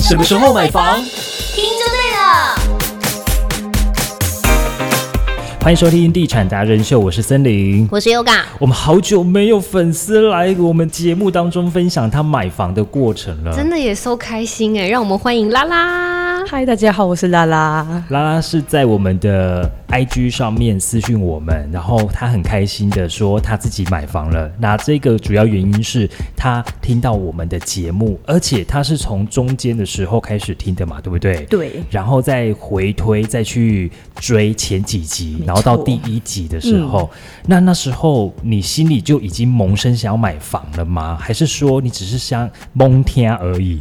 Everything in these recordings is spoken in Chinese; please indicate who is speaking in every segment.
Speaker 1: 什么时候买房？
Speaker 2: 听就对了。
Speaker 1: 欢迎收听《地产达人秀》，我是森林。
Speaker 2: 我是 Yoga，
Speaker 1: 我们好久没有粉丝来我们节目当中分享他买房的过程了。
Speaker 2: 真的也收开心哎，让我们欢迎拉拉。
Speaker 3: 嗨，大家好，我是拉拉。
Speaker 1: 拉拉是在我们的 IG 上面私讯我们，然后她很开心的说她自己买房了。那这个主要原因是她听到我们的节目，而且她是从中间的时候开始听的嘛，对不对？
Speaker 3: 对，
Speaker 1: 然后再回推，再去追前几集，然后到第一集的时候，那那时候你心里就已经萌生想要买房了吗？还是说你只是想蒙天而已？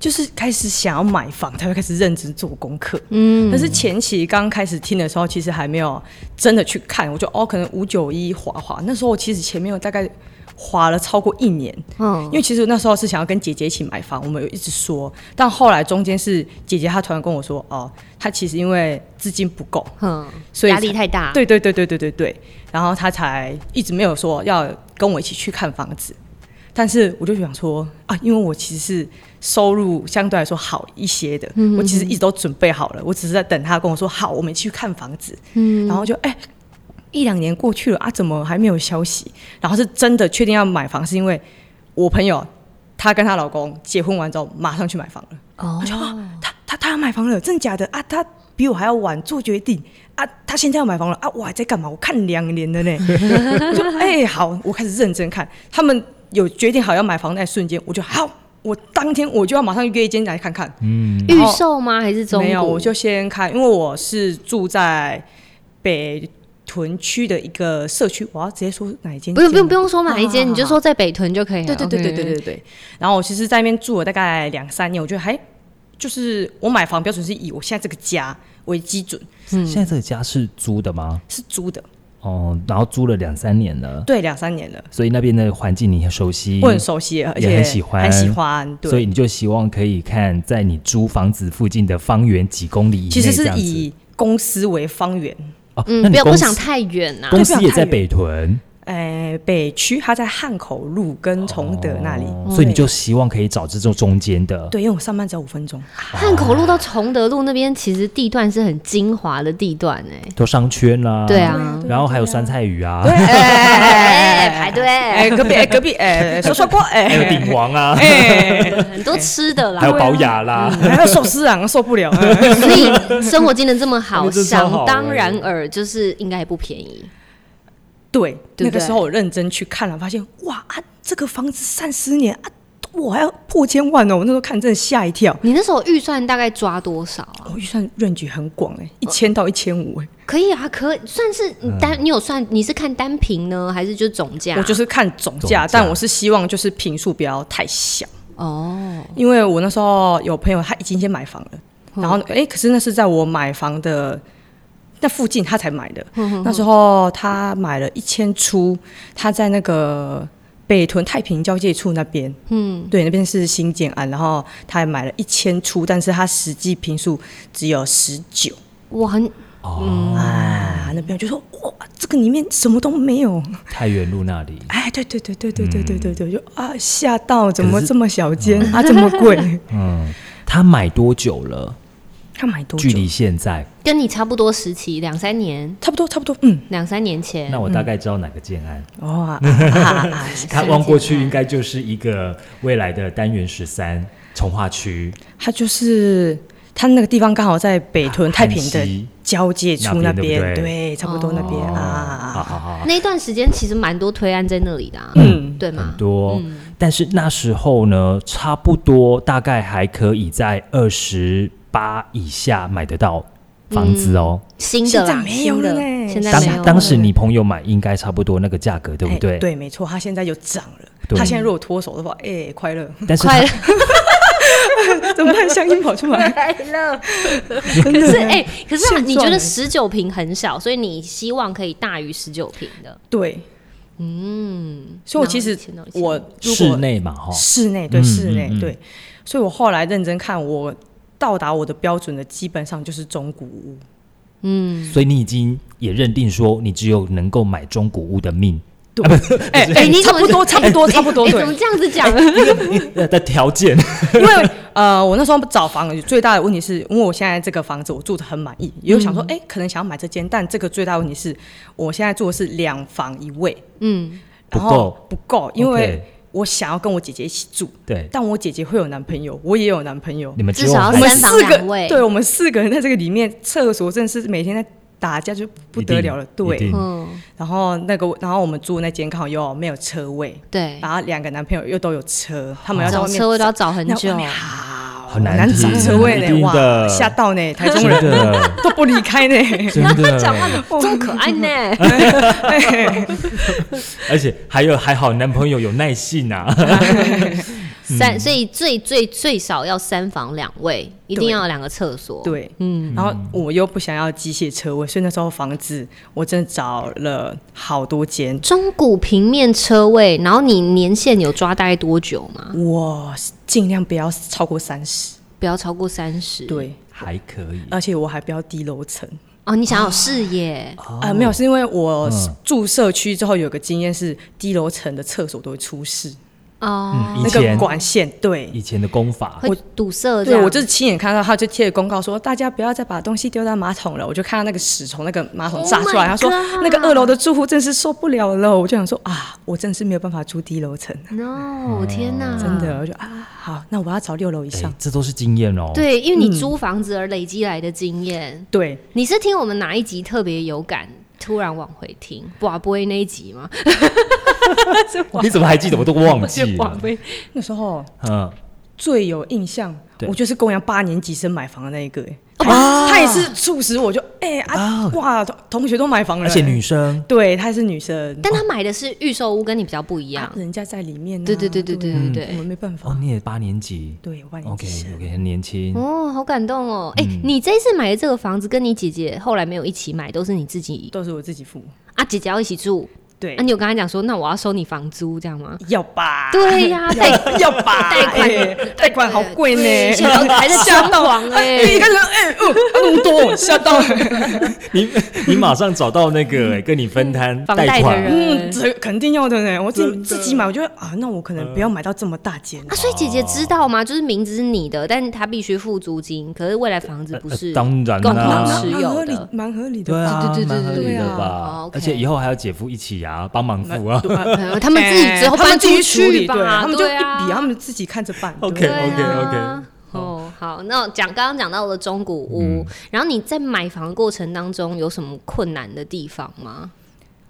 Speaker 3: 就是开始想要买房，才会开始认真做功课。
Speaker 2: 嗯
Speaker 3: 但，是前期刚开始听的时候，其实还没有真的去看，我就哦，可能五九一滑滑。那时候我其实前面有大概滑了超过一年，
Speaker 2: 嗯
Speaker 3: 因为其实那时候是想要跟姐姐一起买房，我们有一直说，但后来中间是姐姐她突然跟我说，哦，她其实因为资金不够，
Speaker 2: 嗯，
Speaker 3: 所以
Speaker 2: 压力太大。，
Speaker 3: 对对对对对对对，然后他才一直没有说要跟我一起去看房子，但是我就想说啊，因为我其实是收入相对来说好一些的，我其实一直都准备好了，我只是在等他跟我说好，我们去看房子，然后就哎。一两年过去了啊，怎么还没有消息？然后是真的确定要买房，是因为我朋友她跟她老公结婚完之后马上去买房了。
Speaker 2: 哦
Speaker 3: 我，就哇，他他他要买房了，真的假的啊？他比我还要晚做决定啊！他现在要买房了啊！我还在干嘛？我看两年了呢。 我就哎、好，我开始认真看。他们有决定好要买房那瞬间，我就好，我当天我就要马上约一间来看看。
Speaker 1: 嗯，
Speaker 2: 预售吗？还是中古？
Speaker 3: 没有，我就先看，因为我是住在北屯区的一个社区，我要直接说哪一间？
Speaker 2: 不用不用不。用说哪一
Speaker 3: 好好
Speaker 2: 间，
Speaker 3: 好
Speaker 2: 你就说在北屯就可以了。
Speaker 3: 对对对对
Speaker 2: OK
Speaker 3: 对对对。然后我其实在那边住了大概两三年，我觉得还就是我买房标准是以我现在这个家为基准，
Speaker 1: 现在这个家是租的吗？
Speaker 3: 是租的，
Speaker 1: 哦，然后租了两三年了，
Speaker 3: 对，两三年了，
Speaker 1: 所以那边的环境你很熟悉，
Speaker 3: 我很熟悉，而且
Speaker 1: 很喜欢
Speaker 3: 很喜欢，
Speaker 1: 所
Speaker 3: 对
Speaker 1: 以，你就希望可以看在你租房子附近的方圆几公里以内
Speaker 3: 其
Speaker 1: 这
Speaker 3: 实是
Speaker 1: 样子
Speaker 3: 以公司为方圆，
Speaker 1: 哦，那
Speaker 2: 嗯，
Speaker 1: 你
Speaker 2: 不要
Speaker 1: 公
Speaker 2: 不
Speaker 1: 司
Speaker 2: 想太远啊呐。
Speaker 1: 公司也在北屯
Speaker 3: 哎，北区它在汉口路跟崇德那里，
Speaker 1: 哦所以你就希望可以找这种中间的。
Speaker 3: 对，因为我上班只要五分钟，
Speaker 2: 汉口路到崇德路那边，其实地段是很精华的地段哎。
Speaker 1: 都商圈啦、
Speaker 2: 对啊，
Speaker 1: 然后还有酸菜鱼啊，
Speaker 2: 哎，排
Speaker 3: 哎，
Speaker 2: 队，
Speaker 3: 隔壁哎隔壁哎，说说过
Speaker 1: 还有
Speaker 3: 哎
Speaker 1: 鼎王啊，
Speaker 3: 哎，
Speaker 2: 很多吃的啦
Speaker 1: 还。有保雅啦，
Speaker 3: 还有寿司啊，受不了，哎
Speaker 2: 所 以生活技能这么好，
Speaker 1: 那真超好哎
Speaker 2: 想当然尔就是应该也不便宜。
Speaker 3: 对，
Speaker 2: 对不对
Speaker 3: 那个时候我认真去看了，发现哇啊，这个房子三十年啊，我还要破千万哦！我那时候看真的吓一跳。
Speaker 2: 你那时候预算大概抓多少啊？
Speaker 3: 我、预算 range 很广哎、一千到一千五哎，
Speaker 2: 可以啊，可算是你单，你有算你是看单瓶呢，还是就总价？
Speaker 3: 嗯我就是看总
Speaker 1: 总
Speaker 3: 价
Speaker 1: 价，
Speaker 3: 但我是希望就是平数不要太小，
Speaker 2: 哦，
Speaker 3: 因为我那时候有朋友他已经先买房了，然后哎、可是那是在我买房的那附近他才买的，
Speaker 2: 嗯
Speaker 3: 那时候他买了一千出，他在那个北屯太平交界处那边，
Speaker 2: 嗯，
Speaker 3: 对，那边是新建案，然后他还买了一千出，但是他实际平数只有十九
Speaker 2: 我很
Speaker 1: 哦，
Speaker 3: 啊。那边就说哇，这个里面什么都没有。
Speaker 1: 太原路那里。
Speaker 3: 哎，对对对对对对对对对，就啊吓到，
Speaker 1: 嗯
Speaker 3: 怎
Speaker 1: 可
Speaker 3: 么
Speaker 1: 是
Speaker 3: 这么小间啊，这么 贵？
Speaker 1: 嗯，他买多久了？
Speaker 3: 他买多久
Speaker 1: 距？离现在，
Speaker 2: 跟你差不多时期，两三年，
Speaker 3: 差不多差不多，嗯，
Speaker 2: 两三年前
Speaker 1: 那。我大概知道哪个建案。
Speaker 3: 哇、啊啊啊
Speaker 1: 他望过去应该就是一个未来的单元十三从化区
Speaker 3: 他就是他那个地方刚好在北屯
Speaker 1: 汉
Speaker 3: 太平
Speaker 1: 汉
Speaker 3: 的
Speaker 1: 啊西
Speaker 3: 交界处
Speaker 1: 那
Speaker 3: 那
Speaker 1: 边
Speaker 3: 边，
Speaker 1: 对不对
Speaker 3: 对，差不多那边、
Speaker 1: 哦
Speaker 3: 啊
Speaker 1: 好
Speaker 3: 啊。啊
Speaker 1: 好好，
Speaker 2: 那一段时间其实蛮多推案在那里的、啊，
Speaker 3: 嗯，
Speaker 2: 对吗
Speaker 1: 很？多。但是那时候呢，差不多大概还可以在二十八以下买得到房子哦。
Speaker 3: 嗯
Speaker 2: 新的啦，
Speaker 3: 现在没有了
Speaker 2: 新的
Speaker 3: 嘞
Speaker 2: 现在没有
Speaker 1: 当
Speaker 2: 了。
Speaker 1: 当时你朋友买应该差不多那个价格，对不
Speaker 3: 哎
Speaker 1: 对？。
Speaker 3: 对，没错，他现在又涨了。
Speaker 1: 对
Speaker 3: 他现在如果脱手的话，哎、快乐
Speaker 1: 但是他
Speaker 2: 快乐
Speaker 3: 怎么办？香烟跑出来，
Speaker 2: 快乐，
Speaker 3: 真
Speaker 2: 可
Speaker 3: 的
Speaker 2: 是哎、可是啊
Speaker 3: 现
Speaker 2: 你觉得
Speaker 3: 状
Speaker 2: 十九平很小，所以你希望可以大于十九平的，
Speaker 3: 对，
Speaker 2: 嗯，
Speaker 3: 所以我其实
Speaker 2: 那以前那以前哦
Speaker 3: 我如
Speaker 1: 室
Speaker 3: 果
Speaker 1: 内嘛，哈，
Speaker 3: 室内对
Speaker 1: 嗯
Speaker 3: 室内
Speaker 1: 嗯嗯
Speaker 3: 对，所以我后来认真看，我到达我的标准的基本上就是中古 屋，
Speaker 2: 嗯，
Speaker 1: 所以你已经也认定说，你只有能够买中古屋的命，
Speaker 3: 对，哎
Speaker 2: 哎你怎
Speaker 3: 差
Speaker 2: 么
Speaker 3: 不多，差不多，差不多，
Speaker 2: 哎
Speaker 3: 对哎
Speaker 2: 怎么，这样子讲？
Speaker 1: 呃的条件，
Speaker 3: 因为呃，我那时候找房最大的问题是，因为我现在这个房子我住的很满意，也有想说，
Speaker 2: 嗯
Speaker 3: 哎、可能想要买这间，但这个最大问题是，我现在住的是两房一卫，
Speaker 2: 嗯，
Speaker 1: 不
Speaker 3: 然后
Speaker 1: 够
Speaker 3: 不够，因
Speaker 1: OK
Speaker 3: 为我想要跟我姐姐一起住，
Speaker 1: 对，
Speaker 3: 但我姐姐会有男朋友，我也有男朋友
Speaker 1: 你，们
Speaker 2: 至
Speaker 1: 只有
Speaker 2: 少要
Speaker 3: 我们
Speaker 2: 三房
Speaker 3: 四
Speaker 2: 两卫
Speaker 3: 个，对我们四个人在这个里面，厕所真的是每天在打架，就不得了了，
Speaker 1: 一定
Speaker 3: 对。
Speaker 2: 嗯，
Speaker 3: 然后那个，然后我们住的那间刚好又没有车位，
Speaker 2: 对，哦
Speaker 3: 然后两个男朋友又都有车，他们要在
Speaker 2: 找
Speaker 3: 外面
Speaker 2: 车位都要找很
Speaker 3: 那
Speaker 2: 久
Speaker 3: 外。面好
Speaker 1: 很难
Speaker 3: 找
Speaker 1: 停
Speaker 3: 车位
Speaker 1: 一
Speaker 3: 呢，
Speaker 1: 定的
Speaker 3: 哇，吓到呢，台中
Speaker 1: 真
Speaker 3: 人
Speaker 1: 的
Speaker 3: 都不离开呢。
Speaker 1: 真
Speaker 2: 讲话怎嗯
Speaker 1: 的，
Speaker 2: 么这么可爱呢？
Speaker 1: 而且还有还好，男朋友有耐性啊，
Speaker 2: 三，所以最最最少要三房两卫，一定
Speaker 3: 对
Speaker 2: 要有两个厕所。，
Speaker 3: 对，
Speaker 2: 嗯，
Speaker 3: 然后我又不想要机械车位，所以那时候房子我真的找了好多间。
Speaker 2: 中古平面车位，然后你年限有抓大概多久吗？
Speaker 3: 我尽量不要超过三十，
Speaker 2: 不要超过三十。，
Speaker 3: 对，
Speaker 1: 还可以
Speaker 3: 而且我还不要低楼层。
Speaker 2: 哦，你想要有视野，
Speaker 3: 啊、没
Speaker 1: 哦
Speaker 3: 有，是因为我
Speaker 1: 嗯
Speaker 3: 住社区之后有个经验是，低楼层的厕所都会出事，
Speaker 2: 哦，
Speaker 1: 嗯以
Speaker 3: 那
Speaker 1: 前
Speaker 3: 个管线对，
Speaker 1: 以前的功法，
Speaker 2: 会堵塞这
Speaker 3: 对，
Speaker 2: 样。
Speaker 3: 我就是亲眼看到他就贴公告说，大家不要再把东西丢在马桶了。我就看到那个屎从那个马桶炸出
Speaker 2: Oh my
Speaker 3: 来，他说
Speaker 2: God
Speaker 3: 那个二楼的住户真是受不了了。我就想说啊，我真的是没有办法住低楼层，
Speaker 2: no，天哪，
Speaker 3: 真的，。我就啊，好，那我要找六楼以
Speaker 1: 哎
Speaker 3: 上。
Speaker 1: 这都是经验哦。，
Speaker 2: 对，因为
Speaker 3: 嗯
Speaker 2: 你租房子而累积来的经验，
Speaker 3: 对，
Speaker 2: 你是听我们哪一集特别有感，突然往回听寡不会那一集吗？
Speaker 1: 你怎么还记得？我都忘记
Speaker 2: 寡
Speaker 1: 了。
Speaker 2: 不会
Speaker 3: 那时候
Speaker 1: 嗯，
Speaker 3: 最有印象
Speaker 1: 对，
Speaker 3: 我就是公羊八年级生买房的那一个、欸他他也是促使我就哎、啊哇，同同学都买房了、
Speaker 1: 哦而且
Speaker 3: 欸
Speaker 1: 女生
Speaker 3: 对，她也是女生，
Speaker 2: 但他买的是预售屋，跟你比较不一样
Speaker 3: 啊。人家在里面啊、
Speaker 2: 对对对对嗯对对
Speaker 3: 啊
Speaker 2: 对
Speaker 3: 我们没办法，
Speaker 1: 哦，你也八年级
Speaker 3: 对，万年
Speaker 1: ，OK
Speaker 3: 级生。
Speaker 2: 嗯
Speaker 1: OK，很年轻。
Speaker 2: 哦，好感动哦！哎、你这一次买的这个房子，跟你姐姐后来没有一起买，都是你自己
Speaker 3: 都是我自己付，
Speaker 2: 啊，姐姐要一起住。
Speaker 3: 对，
Speaker 2: 啊，你有跟她讲说，那我要收你房租这样 吗？
Speaker 3: 要吧？
Speaker 2: 对呀、贷
Speaker 3: 要要吧？
Speaker 2: 贷款
Speaker 3: 哎贷款好贵
Speaker 2: 对
Speaker 3: 呢，
Speaker 2: 以前都还在装潢哎、
Speaker 3: 一个人哎哦，那么多，吓到。
Speaker 1: 你 你马上找到那 个哎跟你分摊
Speaker 2: 房贷
Speaker 1: 贷
Speaker 2: 的
Speaker 1: 款
Speaker 2: 人，
Speaker 3: 嗯，这肯定要的呢。我自己自己买，我觉得啊，那我可能不要买到这么大间
Speaker 2: 啊，。所以姐姐知道吗？就是名字是你的，但她必须付租金，可是未来房子不
Speaker 1: 呃
Speaker 2: 是
Speaker 1: 呃当然
Speaker 2: 共
Speaker 1: 啦
Speaker 2: 同
Speaker 1: 啊
Speaker 2: 持有
Speaker 3: 合理
Speaker 2: 的，，
Speaker 3: 蛮合理的
Speaker 1: 对
Speaker 3: 吧。
Speaker 1: 啊，
Speaker 2: 对对对
Speaker 1: 蛮合
Speaker 2: 对
Speaker 1: 理
Speaker 2: 对
Speaker 1: 的
Speaker 2: 啊
Speaker 1: 吧
Speaker 2: 哦。，OK
Speaker 1: 而且以后还有姐夫一起啊，帮忙付啊。
Speaker 2: 呃他们自己之后
Speaker 3: 哎他
Speaker 2: 搬
Speaker 3: 们
Speaker 2: 出
Speaker 3: 自己处
Speaker 2: 去
Speaker 3: 理，
Speaker 2: 吧，
Speaker 3: 对，他们就一
Speaker 2: 对啊
Speaker 3: 笔，他们自己看着办。对
Speaker 1: OK
Speaker 2: 对啊
Speaker 1: OK，OK
Speaker 2: 哦，好，那讲刚刚讲到的中古屋，然后你在买房的过程当中有什么困难的地方吗？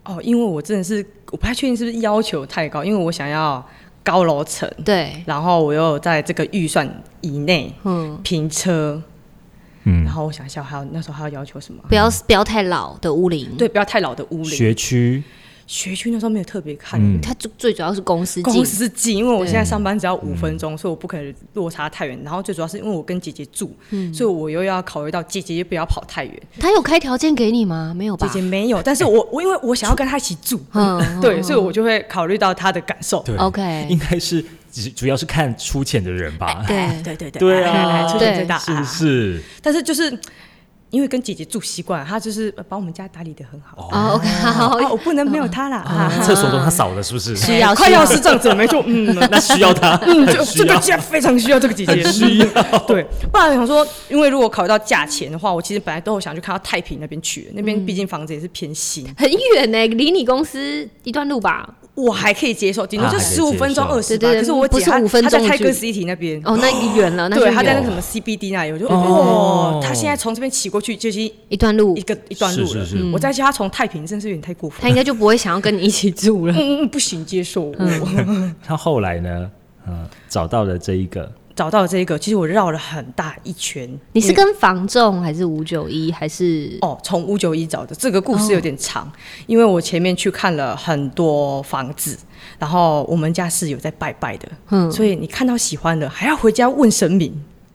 Speaker 3: 哦，因为我真的是我不太确定是不是要求太高，因为我想要高楼层，
Speaker 2: 对，
Speaker 3: 然后我又在这个预算以内
Speaker 2: 嗯，
Speaker 3: 停车，
Speaker 1: 嗯
Speaker 3: 然，后我想一下，还有那时候还要要求什么？
Speaker 2: 不要不要太老的屋龄，，
Speaker 3: 对，不要太老的屋龄。
Speaker 1: 学区
Speaker 3: 学区那时候没有特别看，
Speaker 1: 嗯
Speaker 2: 它最最主要是公司
Speaker 3: 公
Speaker 2: 进，
Speaker 3: 司近，因为我现在上班只要五
Speaker 1: 嗯
Speaker 3: 分钟，所以我不可能落差太远。然后最主要是因为我跟姐姐住，
Speaker 2: 嗯
Speaker 3: 所以我又要考虑到姐姐也不要跑太远。
Speaker 2: 它有开条件给你吗？没有
Speaker 3: 姐
Speaker 2: 吧
Speaker 3: 姐？没有，但是我我因为我想要跟她一起住，
Speaker 2: 嗯
Speaker 3: 对，所以我就会考虑到她的感受。
Speaker 1: 对
Speaker 2: OK
Speaker 1: 应该是只主要是看出钱的人吧。
Speaker 3: 哎
Speaker 2: 对，
Speaker 3: 对对对，
Speaker 1: 对啊
Speaker 3: 来来来出现最大
Speaker 1: 是不
Speaker 3: 啊！
Speaker 1: 是？
Speaker 3: 但是就是因为跟姐姐住习惯，她就是呃把我们家打理的很好。
Speaker 2: 哦，OK，好，
Speaker 3: 啊，我不能没有她啦！
Speaker 1: 哦
Speaker 3: 啊，
Speaker 1: 厕所都他扫了，是不是？
Speaker 2: 需要
Speaker 3: 哎快
Speaker 2: 需要
Speaker 3: 要是这样子，没 错，嗯，
Speaker 1: 那需要 他，
Speaker 3: 嗯，
Speaker 1: 很
Speaker 3: 就
Speaker 1: 需
Speaker 3: 这个
Speaker 1: 要，
Speaker 3: 家非常需要这个姐姐，
Speaker 1: 很需要。
Speaker 3: 对，不然想说，因为如果考虑到价钱的话，我其实本来都有想去看到太平那边去，那
Speaker 1: 嗯
Speaker 3: 边毕竟房子也是偏新，
Speaker 2: 很远呢，离你公司一段路吧？
Speaker 3: 我还可以接受，顶多
Speaker 1: 啊
Speaker 3: 就
Speaker 1: 还可以
Speaker 3: 十五分钟、
Speaker 1: 接受
Speaker 3: 二
Speaker 2: 对
Speaker 3: 十吧。
Speaker 2: 对对
Speaker 3: 可是我
Speaker 2: 不
Speaker 3: 姐
Speaker 2: 是
Speaker 3: 她
Speaker 2: 5分
Speaker 3: 她在
Speaker 2: 钟的
Speaker 3: 泰
Speaker 2: 距
Speaker 3: 戈
Speaker 2: 离
Speaker 3: City 那边，
Speaker 2: 哦，那远了，那
Speaker 3: 对，
Speaker 2: 就
Speaker 3: 她在那
Speaker 2: 远
Speaker 3: 个
Speaker 2: 了
Speaker 3: 什么 CBD 那里，我就
Speaker 1: 哦
Speaker 3: 哦，她现在从这边骑过去就是一
Speaker 2: 一段路，
Speaker 3: 个一段路了。
Speaker 1: 是是是
Speaker 2: 嗯
Speaker 3: 我再叫她从太平，真是有点嗯太过
Speaker 2: 他
Speaker 3: 分。
Speaker 2: 应该就不会想要跟你一起住 了。
Speaker 3: 嗯，嗯不行，接受。
Speaker 1: 他后来呢？嗯，找到了这一个，
Speaker 3: 找到了这一个，其实我绕了很大一圈。
Speaker 2: 你是
Speaker 3: 因为
Speaker 2: 跟房仲还是五九一还是？
Speaker 3: 哦，从五九一找的，这个故事有点长，因为我前面去看了很多房子，然后我们家是有在拜拜的，
Speaker 2: 嗯
Speaker 3: 所以你看到喜欢的还要回家问神明，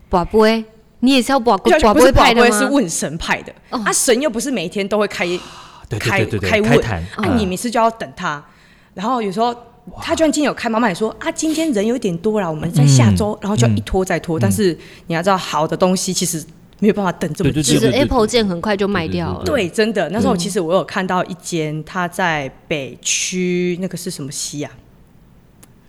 Speaker 2: 寡不会，你也是要寡寡
Speaker 3: 哦不
Speaker 2: 不会
Speaker 3: 是宝
Speaker 2: 派的
Speaker 3: 贝
Speaker 2: 吗？
Speaker 3: 是问神派的，啊神又不是每一天都会开
Speaker 1: 啊对
Speaker 3: 开
Speaker 1: 对对对
Speaker 3: 开
Speaker 1: 对，
Speaker 3: 问，
Speaker 1: 坛
Speaker 2: 哦
Speaker 1: 呃
Speaker 3: 啊你每次就要等他，然后有时候。他居然今天有开，妈妈也说啊，今天人有点多了，我们在下周，然后就要一拖再拖。但是你要知道，好的东西其实没有办法等这么久
Speaker 4: 对。
Speaker 2: 就是
Speaker 4: 对对
Speaker 2: Apple 键很快就卖掉了。
Speaker 4: 对
Speaker 3: 对，真的，那时候其实我有看到一间，它在北区，那个是什么西啊？